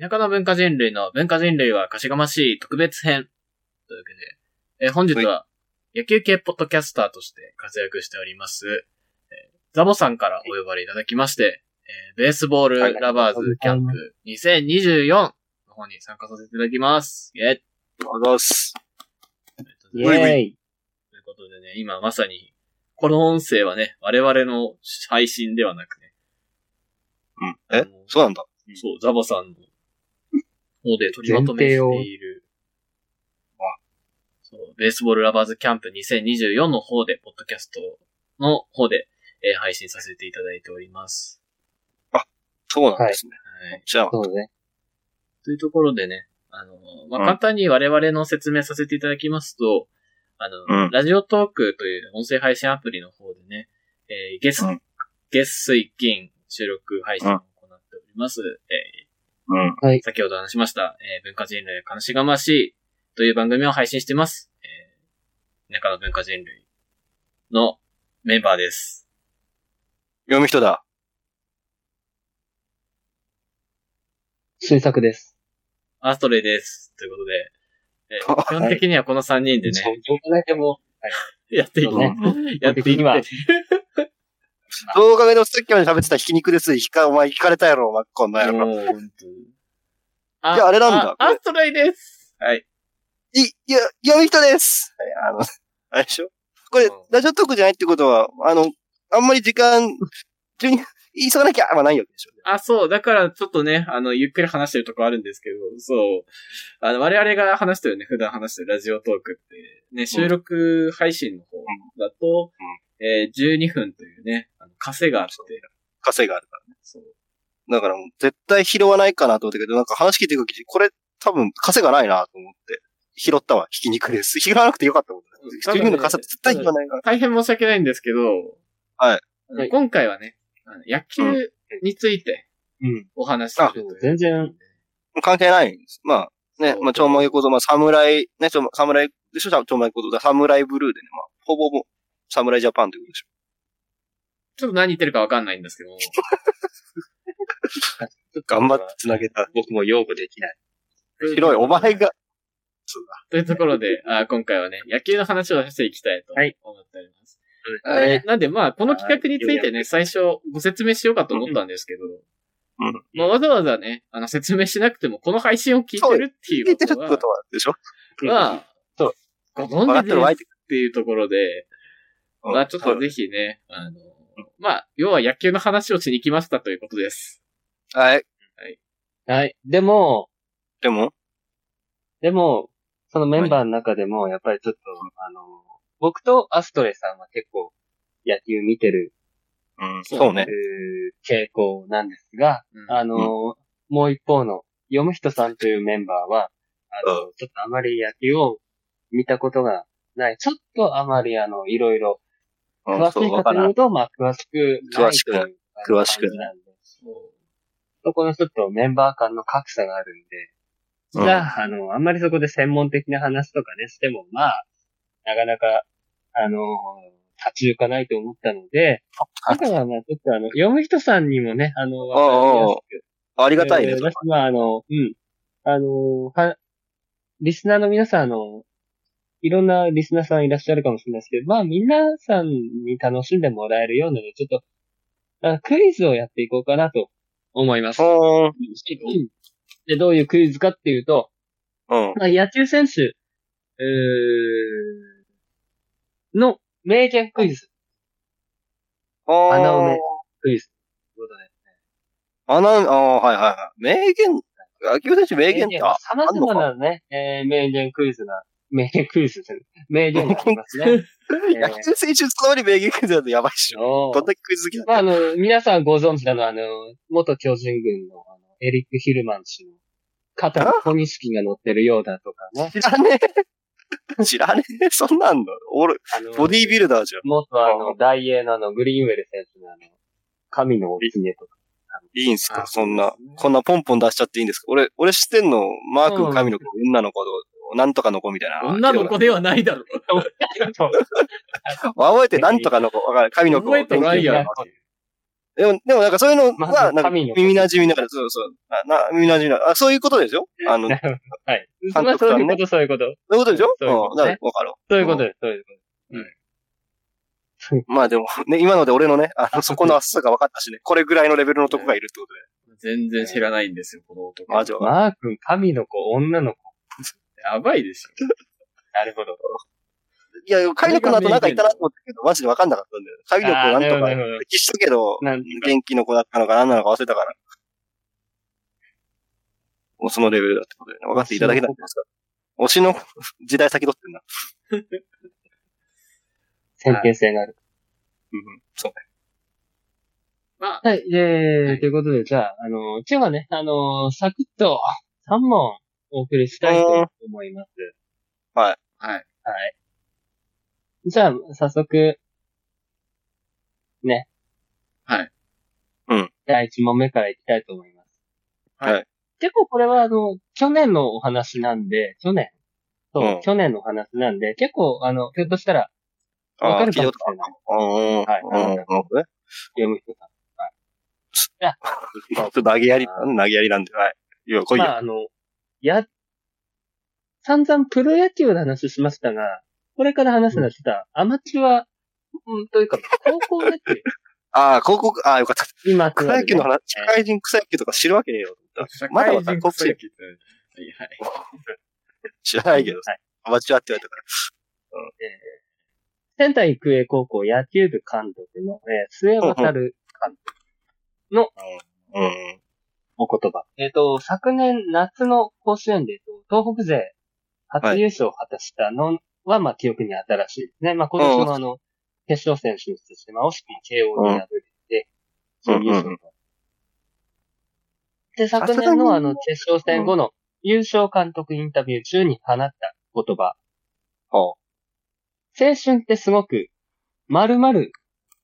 田舎の文化人類の文化人類はかしがましい特別編。というわけで、えー本日は野球系ポッドキャスターとして活躍しております、えーザボさんからお呼ばれいただきまして、えーベースボールラバーズキャンプ2024の方に参加させていただきます。イェイあざっす。イェーイェーイ。ということでね、今まさに、この音声はね、我々の配信ではなくね、うん。あえのそうなんだ。そう、ザボさんの方で取りまとめしている、前そうベースボールラバーズキャンプ2024の方で、ポッドキャストの方で、えー配信させていただいております。そうなんですね。はい。じゃあ、そうですね。というところでね、あの、まあうん簡単に我々の説明させていただきますと、あの、うんラジオトークという音声配信アプリの方でね、えー月、うん月水金収録配信を行っております。えーうん。先ほど話しました、えー文化人類悲しがましいという番組を配信してます。えー、中野文化人類のメンバーです。読む人だ。新作です。アーストレイです。ということで、えーはい基本的にはこの3人でね、ど考えても、やっていそく、うねやってい基本っ的て、動画でさっきまで喋ってたひき肉です。ひか、お前、ひかれたやろ、お前、こんなんやろ。もう本当にあいやあれなんだあアーストレイです。はい。い、いや、読む人ですはいあの、あれでしょこれうん、ラジオトークじゃないってことは、あの、あんまり時間、急に、急がなきゃ、まあないわけでしょ。あ、そう。だから、ちょっとね、あの、ゆっくり話してるとこあるんですけど、そう。あの、我々が話してるね、普段話してるラジオトークって、ね、収録配信の方だと、えー12分というね、あの稼があって、稼いがあるから。そう。だからもう、絶対拾わないかなと思ったけど、なんか話聞いてる時これ、多分、稼がないなと思って、拾ったわ、ひき肉です。拾わなくてよかったもん。ただね人の稼って絶対拾わないから。大変申し訳ないんですけど、はいあの。今回はね、あの野球についてうん。お話しするというあ全然。関係ないんです。まあ、ねそ、うまあ、ちょんまげ小僧、まあ、侍、ね、ちょんま、侍でしょ、ちょんまげ小僧だ。侍ブルーでね、まあ、ほぼほぼ、侍ジャパンということでしょ。ちょっと何言ってるかわかんないんですけども、頑張って繋げた。僕も擁護できない。 広い、お前が。というところで、あ今回はね、野球の話をしていきたいとはい思っております。はいえーなんで、まあ、この企画についてね、はい最初ご説明しようかと思ったんですけど、うん。まあ、わざわざね、あの、説明しなくても、この配信を聞いてるってい聞ういてこるとっは、てことは、でしょまあ、そうご分存か知ってでるすわ、相っ手。ていうところで、うんまあ、ちょっとぜひね、あの、まあ、要は野球の話をしに来ましたということです。はい。はい。でも、でも、でも、そのメンバーの中でも、やっぱりちょっと、あの、僕とアストレさんは結構、野球見てる、うん、そうそううね。ー傾向なんですが、うんあの、もう一方の、読む人さんというメンバーは、あの、ちょっとあまり野球を見たことがない。ちょっとあまり、あの、いろいろ、うん、詳しそう、いわかかとらいんう。と、まあ、詳しくないというあの。詳しくない感じなんでそうそこのちょっとメンバー間の格差があるんで、じうんゃあ、あの、あんまりそこで専門的な話とかね、しても、まあ、なかなか、あの、立ち行かないと思ったので、だから、まあ、ちょっとあの、読む人さんにもね、あの、ああああわかりやすくありがたいねえー。私は、あの、うん。あの、は、リスナーの皆さん、あの、いろんなリスナーさんいらっしゃるかもしれないですけど、まあ、皆さんに楽しんでもらえるようなので、ちょっと、あクイズをやっていこうかなと思います。うん。うんで、どういうクイズかっていうと、うん。まあ、野球選手、うーの名言クイズ、穴埋めクイズ。ということで穴埋め。ああー、はいはいはい。名言、野球選手名言って、あ、様々なね、えー、名言クイズが、名言クイズですね。名言がありま すね。え野球選手つまり名言クイズだとやばいっしーょ。のどんだけクイズ好きなんだまあ、あの、皆さんご存知なのは、あの、元巨人軍の、あの、エリック・ヒルマン氏の、肩に小錦が乗ってるようだとかね。知らねえ。知らねえ。そんなんの俺、あのボディービルダーじゃん。元あの、ダイエーのあの、グリーンウェル選手のあの、神のお姫とか。いいんすかあそそんなうですね、こんなポンポン出しちゃっていいんですか俺、俺知ってんの、マー君神の子、女の子と、なんとかの子みたいな。女の子ではないだろう。あ覚えてなんとかの子、わかる。神の子。覚えてないやろ。でも、でもなんかそういうのまずは、なんか神の耳馴染みながら、そうそう、あな耳馴染みながら、あ、そういうことでしょあの、そういなうるほどはい。監督さんねまあ、そういうこと、そういうこと。ことでしょそういうこうん、とだねからわかるわ。そういうことです、そういうこまあでも、ね、今ので俺のね、あの、そこの厚さが分かったしね、これぐらいのレベルのとこがいるってことで。 全然知らないんですよ、この男。マジやはと。。マー君、神の子、女の子。ばいですよ。なるほど。いや、カイノ君の後なんか言ったなと思ったけど、マジで分かんなかったんだよ。カイノ君なんあーなるほどなとるかほど、歴史したけど、なん元気の子だったのか何なのか忘れたから。もうそのレベルだってことでね、分かっていただけたんじゃないですか。推しの時代先取ってんな。先見性がある。うん、そうね。まあ、はい、えー、はいということで、じゃあ、あの、今日はね、あの、サクッと3問お送りしたいと思います。はい。はい。じゃあ、早速、ね。はい。うん。じゃあ、1問目からいきたいと思います。はい結構これは、あの、去年のお話なんで、去年。そう、うん去年のお話なんで、結構、あの、ひょっとしたら、あわかあ、聞るいかたもこしとあれるない。うん。はいうん。なるほどね。読む人さん。ちょっと投げやり、うん投げやりなんで、はい。いや、来いまよ。あ、あの、や、散々プロ野球の話しましたが、これから話すのはちょっとアマチュア、うん、というか、高校野球、ああ、広告、ああ、よかった。今と草な 野る球ねの話、社会人草野球とか知るわけねえよ。社まだ会まだ人国告知籍って。はいはい。知らないけど、はいアマチュアって言われたから。仙台育英高校野球部監督の、えー末渡監督うん。お言葉。えっ、と、昨年夏の甲子園で、えっと東北勢初優勝を果たしたのは、まあ、記憶に新しいですね。まあ、今年もあの、決勝戦進出して、まあ、惜しくも慶応に敗れて、うん準優勝とうんで、昨さすが年にのあの、決勝戦後の優勝監督インタビュー中に放った言葉。ほ青春ってすごく、〇〇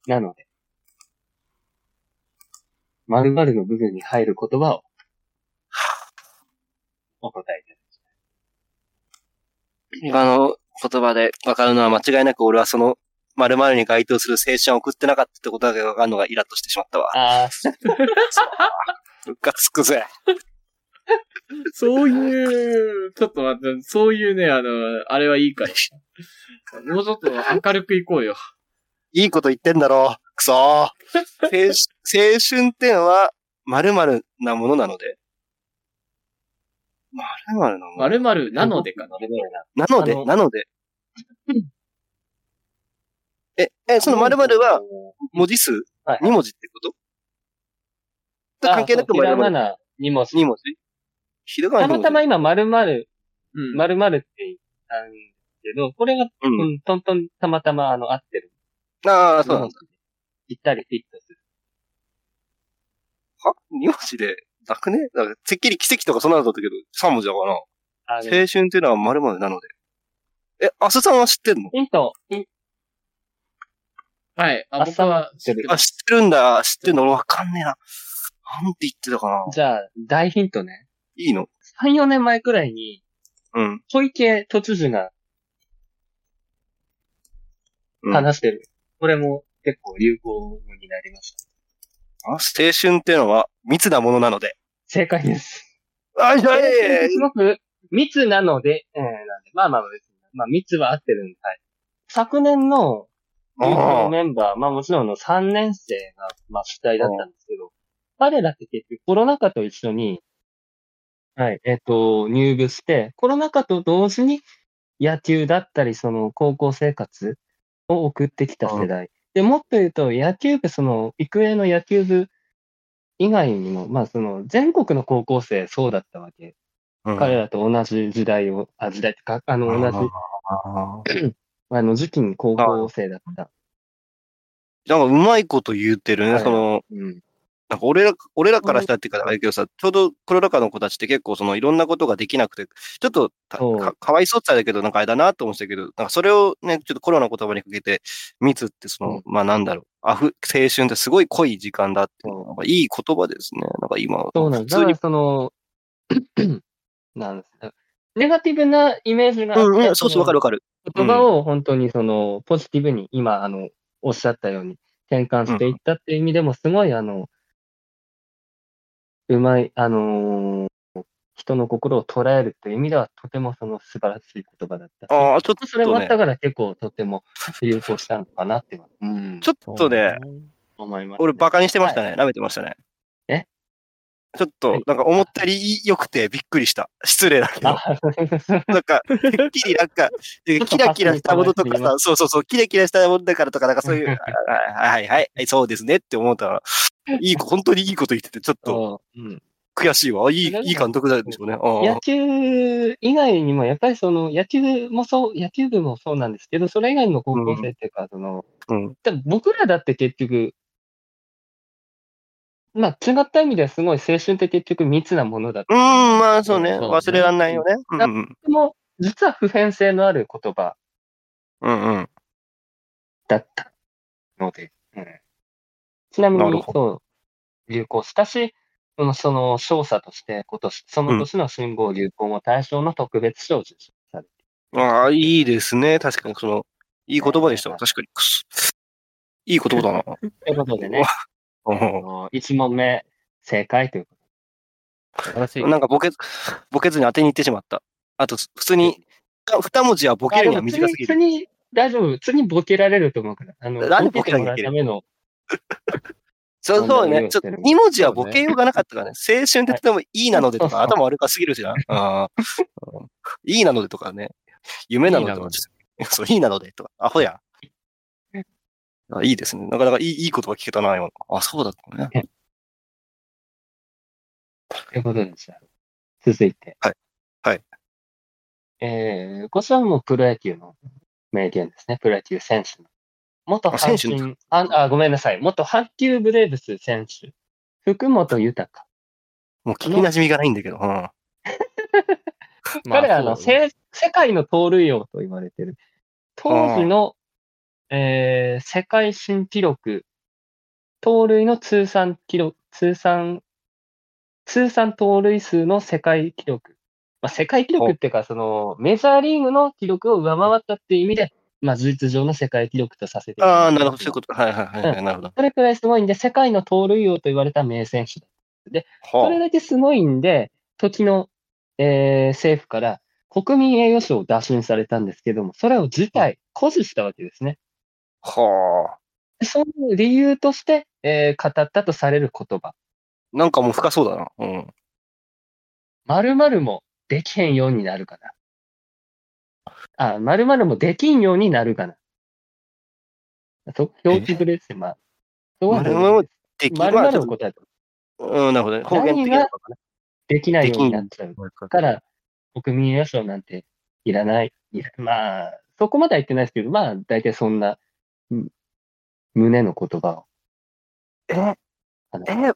なので。〇〇の部分に入る言葉を、お答えです。今の言葉でわかるのは間違いなく俺はその、〇〇に該当する青春を送ってなかったってことだけわかるのがイラッとしてしま ったわ。あうっかつくぜ。そういう、ちょっと待って、そういうね、あの、あれはいいから。もうちょっと明るくいこうよ。いいこと言ってんだろう。くそー。青春、青春ってのは、〇〇なものなので。〇〇なものまるまるーなのでかな。 〇〇ななのであ、のなのでうん。え、え、その〇〇は、文字数はい二文字ってことあ関係なくそうひら〇〇がな2文字。二文字ひらがなた二文ま字たま今、〇〇、うん。 〇〇って言ったんですけど、これが、う。うんん、トントンたまたま、あの、合ってる。ああ、そうなんだ。ぴったりフィットする。は二文字で、なくねだから、てっきり奇跡とかそんなのだったけど、三文字だからな。あの、青春っていうのは〇〇なので。え、アスさんは知ってんのヒント、ヒンはい。あ、あ僕は知ってあ、ます。知ってるんだ。知ってるの俺わかんねえな。なんて言ってたかな。じゃあ、大ヒントね。いいの3、4年前くらいに、うん。小池都知事がうん話してる。これも結構流行語になりました。青春っていうのは密なものなので。正解です。あ、いやいやいやいやすごく密なので、えーなんで、まあまあ別に、まあ密は合ってるんで、はい。昨年の流行あ語あメンバー、まあもちろんあの3年生が、まあ主体だったんですけど、彼らって結局コロナ禍と一緒に、はい、えっ、と、入部して、コロナ禍と同時に野球だったり、その高校生活を送ってきた世代。で、もっと言うと、野球部、その、育英の野球部以外にも、まあその、全国の高校生そうだったわけ。うん彼らと同じ時代を、あ、時代ってか、あの、同じ、あーあの、時期に高校生だった。なんかうまいこと言ってるね。はいその、うん。なんか俺ら、俺らからしたらっていうか、あれだけどさ、ちょうどコロナ禍の子たちって結構そのいろんなことができなくて、ちょっとたそうかかわいそうって言ったらあれだけど、なんかあれだなと思ってたけど、なんかそれをね、ちょっとコロナの言葉にかけて、密ってその、まあなんだろう、あふ、青春ってすごい濃い時間だっていうのそうが、なんかいい言葉ですね。なんか今、そうなん普です。だ通かにら、その、 なんですよネガティブなイメージがあって、うんうん、そうそう、わかるわかる。言葉を本当にその、ポジティブに今、あの、おっしゃったように、転換していったっていう意味でも、すごい、あの、うまい、あのー人の心を捉えるっていう意味では、とてもその素晴らしい言葉だったし。ああ、ちょっとそれもあっねた。から結構とても有効したのかなっては、うん、ちょっとね、思います、俺バカにしてましたね。はい舐めてましたね。えちょっはとい、なんか思ったより良くてびっくりした。失礼だけど。あ、 そうなんか、てっきりなんか、キラキラしたものとかさ、そうそうそう、キラキラしたものだからとか、なんかそう いう、はいはいはい、はいそうですねって思ったら、いい子、本当にいいこと言ってて、ちょっとそううん悔しいわ。いい、いい監督なんでしょうね。あ野あ球以外にも、やっぱりその野球もそう、野球部もそうなんですけど、それ以外にも高校生っていうか、その、うん。でも僕らだって結局、まあ違った意味ではすごい青春って結局密なものだうと。ん、まあそうね。そう忘れられないよね。うんうん。でも、実は普遍性のある言葉うんうん。だったので、うんちなみなるに、ほそう、流行したし、その、その、賞査として、今年、その年の新語流行語大賞の特別賞を受賞されて、ああ、いいですね。確かに、その、いい言葉でしたわ。確かに。くすいい言葉だな。ということでね、うん1問目、正解というこ素晴らしい。なんかボケ、ボケずに当てに行ってしまった。あと、普通に、二文字はボとで。ケるには短すぎあでる。も次に、次に大丈夫。次にボケられると思うから。あの、なんでボボケケなてきもらゃいうけたないめの、そうどそうんどん用ね。意ちょしってとる2文字はボケようがなかったから ね。青春ってとてもいいなのでとか、はい頭悪かすぎるじゃん。あー いいなのでとかね。夢なのでとか。 そう、いいなのでとか。アホや。あいいですね。なかなかいいいい言葉聞けたな、今の。あ、そうだったね。ということでじゃあ続いて。はい。はい。えー、こちらもプロ野球の名言ですね。プロ野球選手の。元あ選阪手神、ああ、ごめんなさい。元阪急ブレーブス選手。福本豊。もう聞き馴染みがないんだけど。うんま彼はあの、そうせ世界の盗塁王と言われてる。当時の、えー世界新記録、盗塁の通算記録、通算、通算盗塁数の世界記録。まあ、世界記録っていうか、その、メジャーリーグの記録を上回ったっていう意味で、まあ、事実上の世界記録とさせていただきああ、ますなるほど。そういうこと。はいはいはいはい。なるほど。それくらいすごいんで、世界の盗塁王と言われた名選手だそれはだけすごいんで、時の、えー政府から国民栄誉賞を打診されたんですけども、それを辞退、固辞したわけですね。あ。はあ。その理由として、えー語ったとされる言葉。なんかもう深そうだな。うん。 〇〇もできへんようになるかな。あ、〇〇もできんようになるかな。そ、表記ブレですね。まあ。そこはどう〇〇もでできき〇まあ〇ちょのっと答えとうん、なるほどね。方言的なことかねできないようになっちゃう。から、国民栄誉賞なんていらない。いらまあ、そこまでは言ってないですけど、まあ、大体そんな、うん胸の言葉を。え、あのえ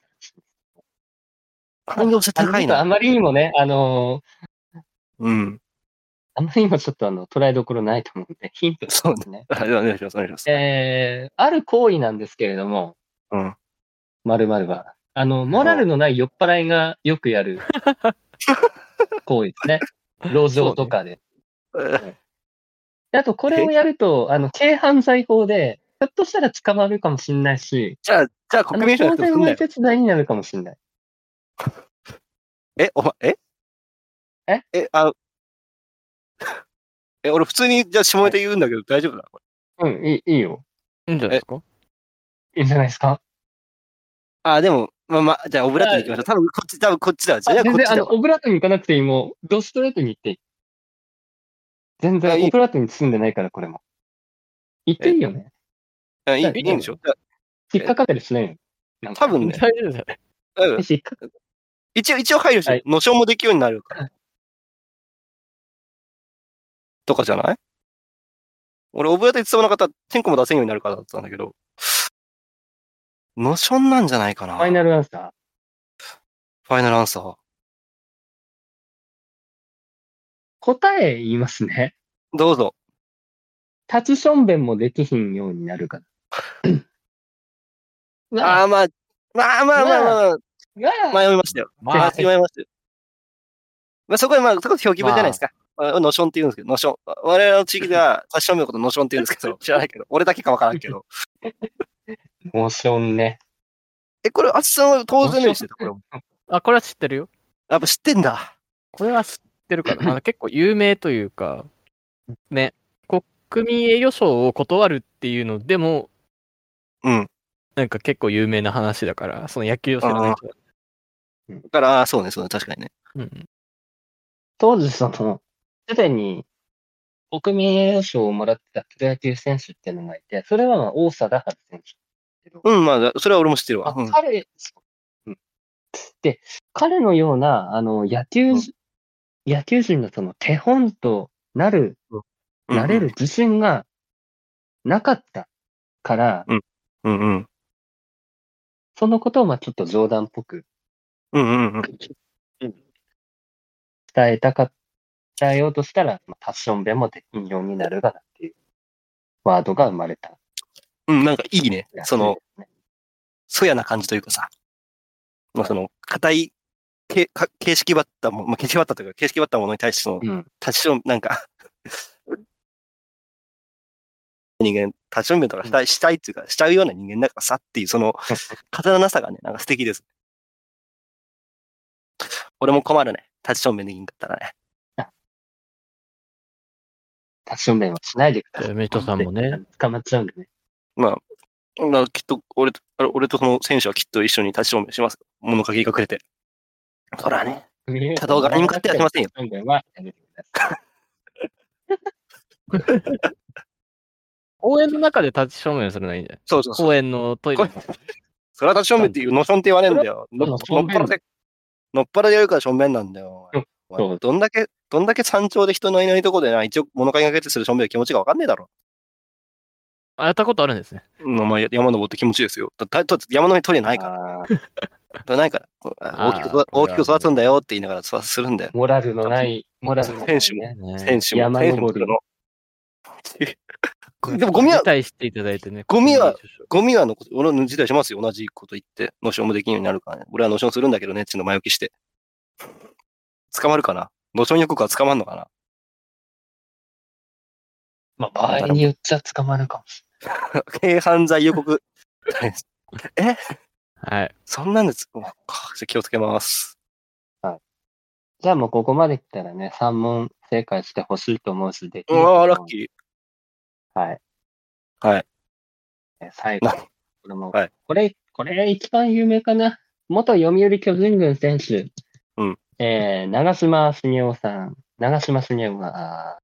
汎用性あの高いちょっとな。あまりにもね、あのーうん。あまりにもちょっとあの、捉えどころないと思うんで、ヒントですそうね。はい、お願いします、お願いします。えー、ある行為なんですけれども、うん。 〇〇は。あの、モラルのない酔っ払いがよ くやる行為ですね。路上とかで。であと、これをやると、あの、軽犯罪法で、ひょっとしたら捕まるかもしれないし、じゃあ、じゃああ国の、民賞当の人然すんなおよ。手伝いになるかもしれない。え、お前、えええ、あ、 え、俺普通に、じゃあ下ネタ言うんだけど大丈夫だ。これうん、いい、いいよ。いいんじゃないですかいいんじゃないですかあ、でも、まあまあ、じゃあオブラートに行きましょう。多分こっち、多分こっちだわ。じゃあこ全っち然、あだの、わ。オブラートに行かなくていい。もう、ドストレートに行っていい。全あい然、いオブラートに包んでないから、これも。行っていいよね。あいいあのいいんでしょじゃ引っかかったりしないよ。なんか多分ね大丈夫だよ。あうん引っかか一応、一応配慮しはてい、のしょうもできるようになるから。とかじゃない俺、オブラートに伝わらなかったら、天候も出せんようになるからだったんだけど。のしょんなんじゃないかな。ファイナルアンサファイナルアンサー。ー。答え言いますね。どうぞ。立つしょんべんもできひんようになる から。まあ、ああ、まあ、まあまあまあまあ、まあ、迷いましたよ。ままああ、、 迷いましたよ。まあ、そこで、まあ、そこで表記文じゃないですか。まあ、ノションって言うんですけど、ノション。 我々の地域では、差し止めのことノションって言うんですけど、知らないけど、俺だけかわからんけど。モーションね。え、これ、あつさんは当然のして た、これ。あ、これは知ってるよ。やっぱ知ってんだ。これは知ってるから、あの結構有名というか、ね、国民栄誉賞を断るっていうのでも、うん。なんか結構有名な話だから、その野球を知らない人は。だから、そうね、そうね、確かにね。うん。当時その、すでに国民栄誉賞をもらってたプロ野球選手っていうのがいて、それはまあ大貞治選手。うん、まあ、それは俺も知ってるわ。あうん、彼、うんで、彼のような、あの、野球、うん野球人のその手本となる、なれる。自信がなかったから、うんうん。そのことをまあちょっと冗談っぽくうんうんうん。伝えたか、伝えようとしたら、まあ、パッション弁もで引用になるがなっていうワードが生まれた。うん、なんかいいね。その、、そやな感じというかさ。まあ、その、硬い、けか形式バッターも、まあ、形式バッターというか、形式バッターものに対して、その、うん。立ちション、なんか、人間、立ちション弁とかしたい、したいっていうか、しちゃうような人間だからさっていう、そ の、刀なさがね、なんか素敵です。俺も困るね。立ちション弁できんかったらね。パッション弁はしないでください。でメイトさんもね。捕まっちゃうんでね。まあ、まあ、きっと、俺と、あ俺とその選手はきっと一緒に立ちション弁します。物陰隠れて。そらね。ただ誰に向かってはしませんよ。パッション弁はやめてください。公園の中で立ち正面するのはいいんじゃないそうそうそう。公園のトイレの。それは立ちション弁っていうノションって言わねえんだよ。のれのっそれはぱらで、のっぱらでやるからション弁なんだよ。お前お前そうどんだけ、どんだけ山頂で人のいないとこでな、一応物陰がけてするション弁の気持ちがわかんねえだろ。あ、やったことあるんですね。うん、お前山登って気持ちいいですよ。だだだって山の上にトイレないから。ああ、トイレないから。こうあ大きく育、こ大れきはく育つんだよって言いながら育するんだよ。モラルのない、モラルのない、ね。選手ね選手も、山選手も登りの。でもゴミは理、解していただいてね。ゴミ国は民栄誉賞、ゴミは残す俺の辞退しますよ。同じこと言って、ノションもできるようになるからね。俺はノションするんだけどねっていうの前置きして。捕まるかなノション予告は捕まんのかなまあ、場合によっちゃ捕まるかもし軽犯罪予告。はい。そんなんです。うわじゃあ気をつけます。れない。じゃあもうここまで来たらね、3問正解してほしいと思うし、できうるとわ思あ、うラッキー。はい。はい。え最後な。これも、はいこれ、これ一番有名かな。元読売巨人軍選手。うん。えー、長嶋茂雄さん。長嶋茂雄が、あ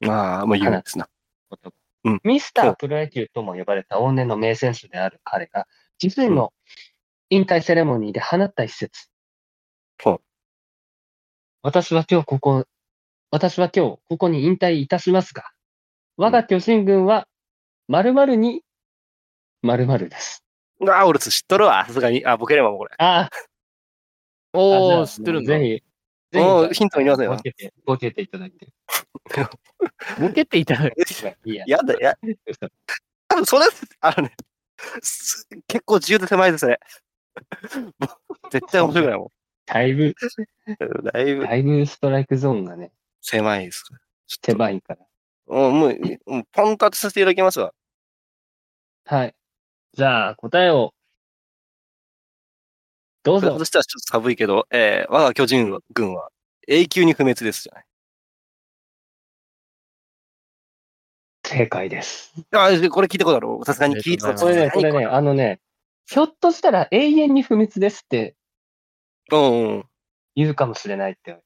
まあ、もう言うんですな。ーことうんミスタそーうプロ野球とも呼ばれた往年の名選手である彼が、自身の引退セレモニーで放った一節。そう私は今日ここ、私は今日ここに引退いたしますが、我が巨人軍は〇〇に〇〇です。うわあ、俺知っとるわ。さすがに。あ、ボケればもうこれ。ああ、おあー、知ってるんじゃだあ。ぜひ、ぜひおーヒントいりませんよボケて、ボケていただいて。ボケていただいて。いや、 やだ、や、多分それ、あのね、す結構自由で狭いです ね。もう絶対面白くないもん。だいぶ、だいぶだいぶストライクゾーンがね、狭いです。狭いから。うん、もう、うんポンと当てさせていただきますわ。はい。じゃあ、答えを、どうぞそ。してはちょっと寒いけど、えー、我が巨人軍は永久に不滅ですじゃ正解です。ない。あー、これ聞いたことある。さすがに聞いたあこことあれる。ね、これね、あのね、ひょっとしたら永遠に不滅ですってうんうん。言うかもしれないって、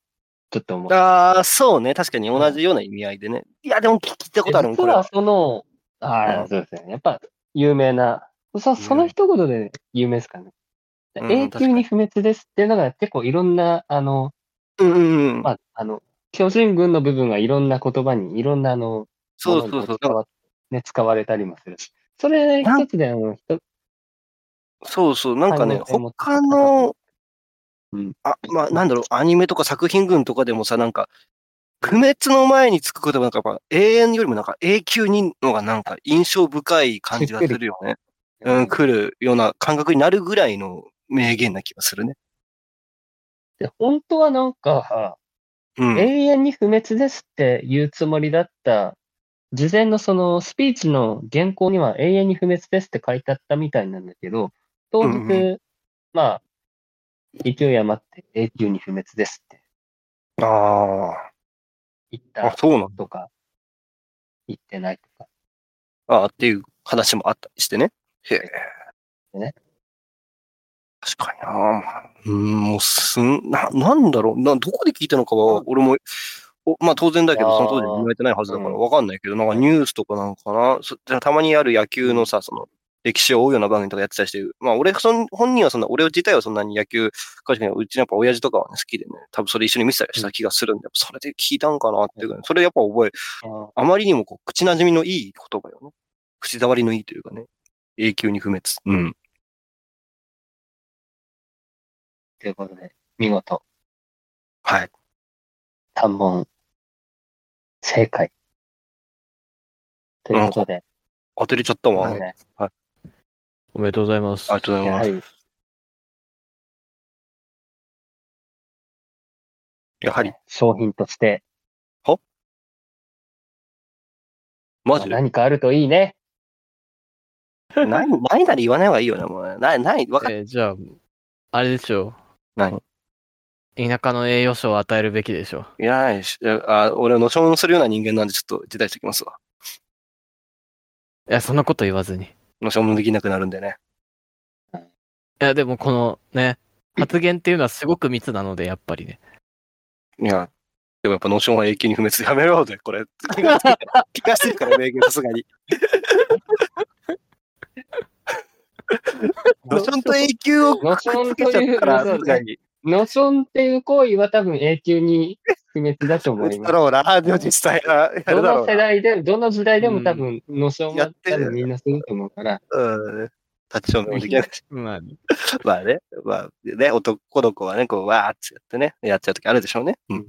ちょっと思う。ああ、そうね。確かに同じような意味合いでね。いや、でも聞いたことあるもん、実これはは。その、あうあ、んそうですね。やっぱ、有名な、そその一言で有名ですからうね。ん永久に不滅ですっていうのが結構いろんな、あの、うんうんうん。まあ、あの、巨人軍の部分がいろんな言葉に、いろんなあの、そうものそにうそう。使わね、使われたりもするし。それ一つで、あの、人、そうそう。なんかね、関連性も他のうん、あ、まあ、なんだろう、アニメとか作品群とかでもさ、なんか、不滅の前につく言葉なんか、まあ永遠よりもなんか永久にのがなんか印象深い感じがするよね。うん、来るような感覚になるぐらいの名言な気がするね。で本当はなんか、うん。永遠に不滅ですって言うつもりだった事前のそのスピーチの原稿には永遠に不滅ですって書いてあったみたいなんだけど、当日、うんうまあ、勢い余って永久に不滅ですってあ言っあ。あた、そうなのとか、言ってないとか。ああ、っていう話もあったりしてね。へえ。ね。確かになうん、もうすん、な、なんだろうな、どこで聞いたのかは、俺も、おまあ当然だけあど、ーその当時は言われてないはずだからうんわかんないけど、なんかニュースとかなのかな、そたまにある野球のさ、その、歴史を追うような番組とかやってたりして、まあ俺そん、本人はそんな、俺自体はそんなに野球、確かにうちのやっぱ親父とかはね、好きでね、多分それ一緒に見てたりした気がするんで、やっぱそれで聞いたんかなっていうか、それやっぱ覚え、あまりにもこう口なじみのいい言葉よね。口触りのいいというかね。永久に不滅。うん。ということで、見事、はい。単問、正解。ということで、当てれちゃったわ。まあありね、おめでとうございます。がとうございやまはす。いり、やはり、商品として、マジで。何かあるといいね。ない、ないなら言わない方がいいよね。もうない、ない、わかっえーじゃあ、あれでしょ何田舎の栄養素を与えるべきでしょいらないし、いやあ俺、のしょんするような人間なんで、ちょっと辞退してきますわ。いや、そんなこと言わずに。いのしょんできなくなるんでね。や、でもこのね、発言っていうのはすごく密なので、やっぱりね。いや、でもやっぱのしょんは永久に不滅。やめろぜ、これ。気がつい てる、気がついてるから、名言さすがに。のしょんと永久をくっつけちゃったから、さすがに。ノションっていう行為は多分永久に不滅だと思ういちまだす。ろうな、ラジオ実際な。やどるだろのうな。世代でも、どの時代でも多分、ノションやはってる多分みんなすると思うから、うん。立ちションもできない。まあ、まあね、まあね、男の子はね、こう、わーってやってね、やっちゃうときあるでしょうね。うん。い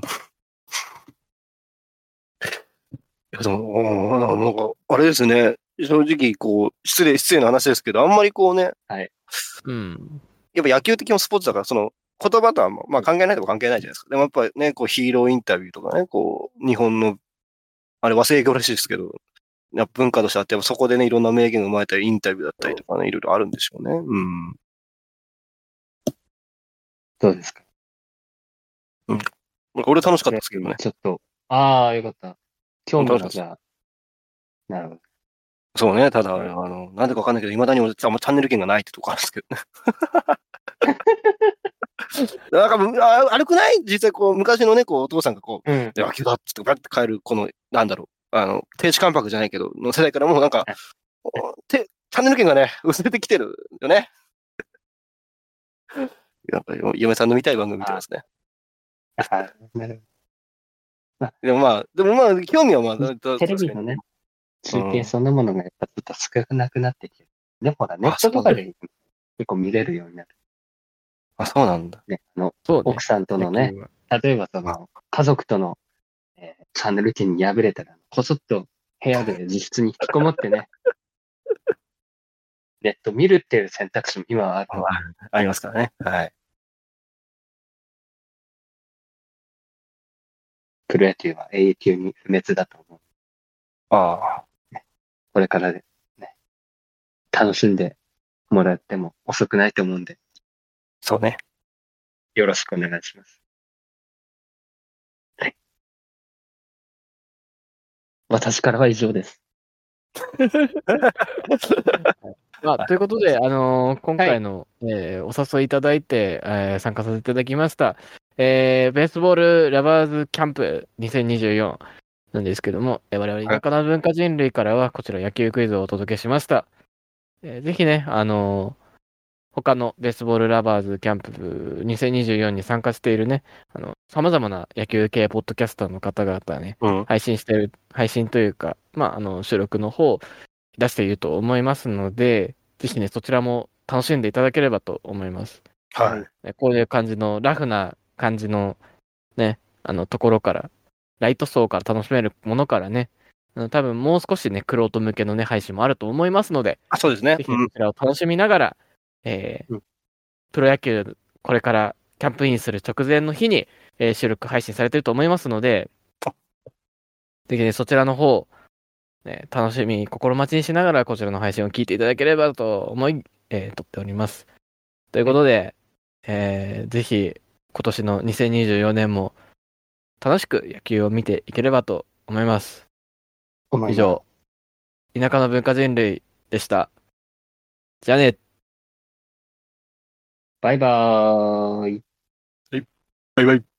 や、でも、うんなんか、あれですね、正直、こう、失礼、失礼な話ですけど、あんまりこうね、うん。やっぱ野球的なスポーツだから、その、言葉とは、まあ、関係ないとこ関係ないじゃないですか。でもやっぱりね、こう、ヒーローインタビューとかね、こう、日本の、あれ、和製英語らしいですけど、やっぱ文化としてあって、やっぱそこでね、いろんな名言が生まれたり、インタビューだったりとかね、いろいろあるんでしょうね。うん。どうですか俺楽しかったですけどね。ちょっと、ああ、よかった。今日どうもぞじゃあ、なるほど。そうね、ただ、あの、なんでかわかんないけど、未だに俺、あんまチャンネル権がないってとこあるんですけど ね。なんか、あ悪くない実際、こう、昔のね、こう、お父さんがこうんう、。野球だっつって、バッて帰る、この、なんだろう、あの、停止関白じゃないけど、の世代からもうなんか、おてチャンネル権がね、薄れてきてるよね。やっぱり、嫁さんの見たい番組見てますね。なるでもまあ、でもまあ、興味はまあ、ほどだテレビのね、中継そんなものがやっぱちょっと少なくなってきてる。で、ほら、ネットとかで結構見れるようになるあ、そうなんだ。ね。あの、そうね奥。さんとのね、例えばその、家族との、えーチャンネル権に敗れたら、こそっと部屋で自室に引きこもってね、ネット見るっていう選択肢も今はある。ありますからね。はい。プロ野球は永久に不滅だと思う。ああ。これからで、ね、楽しんでもらっても遅くないと思うんで、そうね。よろしくお願いします。はい。私からは以上です。まあ、ということで、あのー今回の、えーお誘いいただいて、えー参加させていただきました、えーベースボールラバーズキャンプ2024なんですけども、えー我々田舎の文化人類からは、こちら野球クイズをお届けしました。えーぜひね、あのー他のベースボールラバーズキャンプ2024に参加しているね、あの、様々な野球系ポッドキャスターの方々ね、うん。配信してる、配信というか、まあ、あの、収録の方、出していると思いますので、ぜひね、そちらも楽しんでいただければと思います。はい。ねこういう感じの、ラフな感じの、ね、あの、ところから、ライト層から楽しめるものからね、あの多分もう少しね、クロート向けのね、配信もあると思いますので、あそうですねぜ。ひうねんこちらを楽しみながら、えーうんプロ野球、これからキャンプインする直前の日に、えー収録配信されてると思いますのであ、ぜひね、そちらの方、ね、楽しみ、心待ちにしながらこちらの配信を聞いていただければと思い、えー撮っております。ということで、えーぜひ今年の2024年も楽しく野球を見ていければと思います。以上、田舎の文化人類でした。じゃあね。バイバーイ。バイバイ。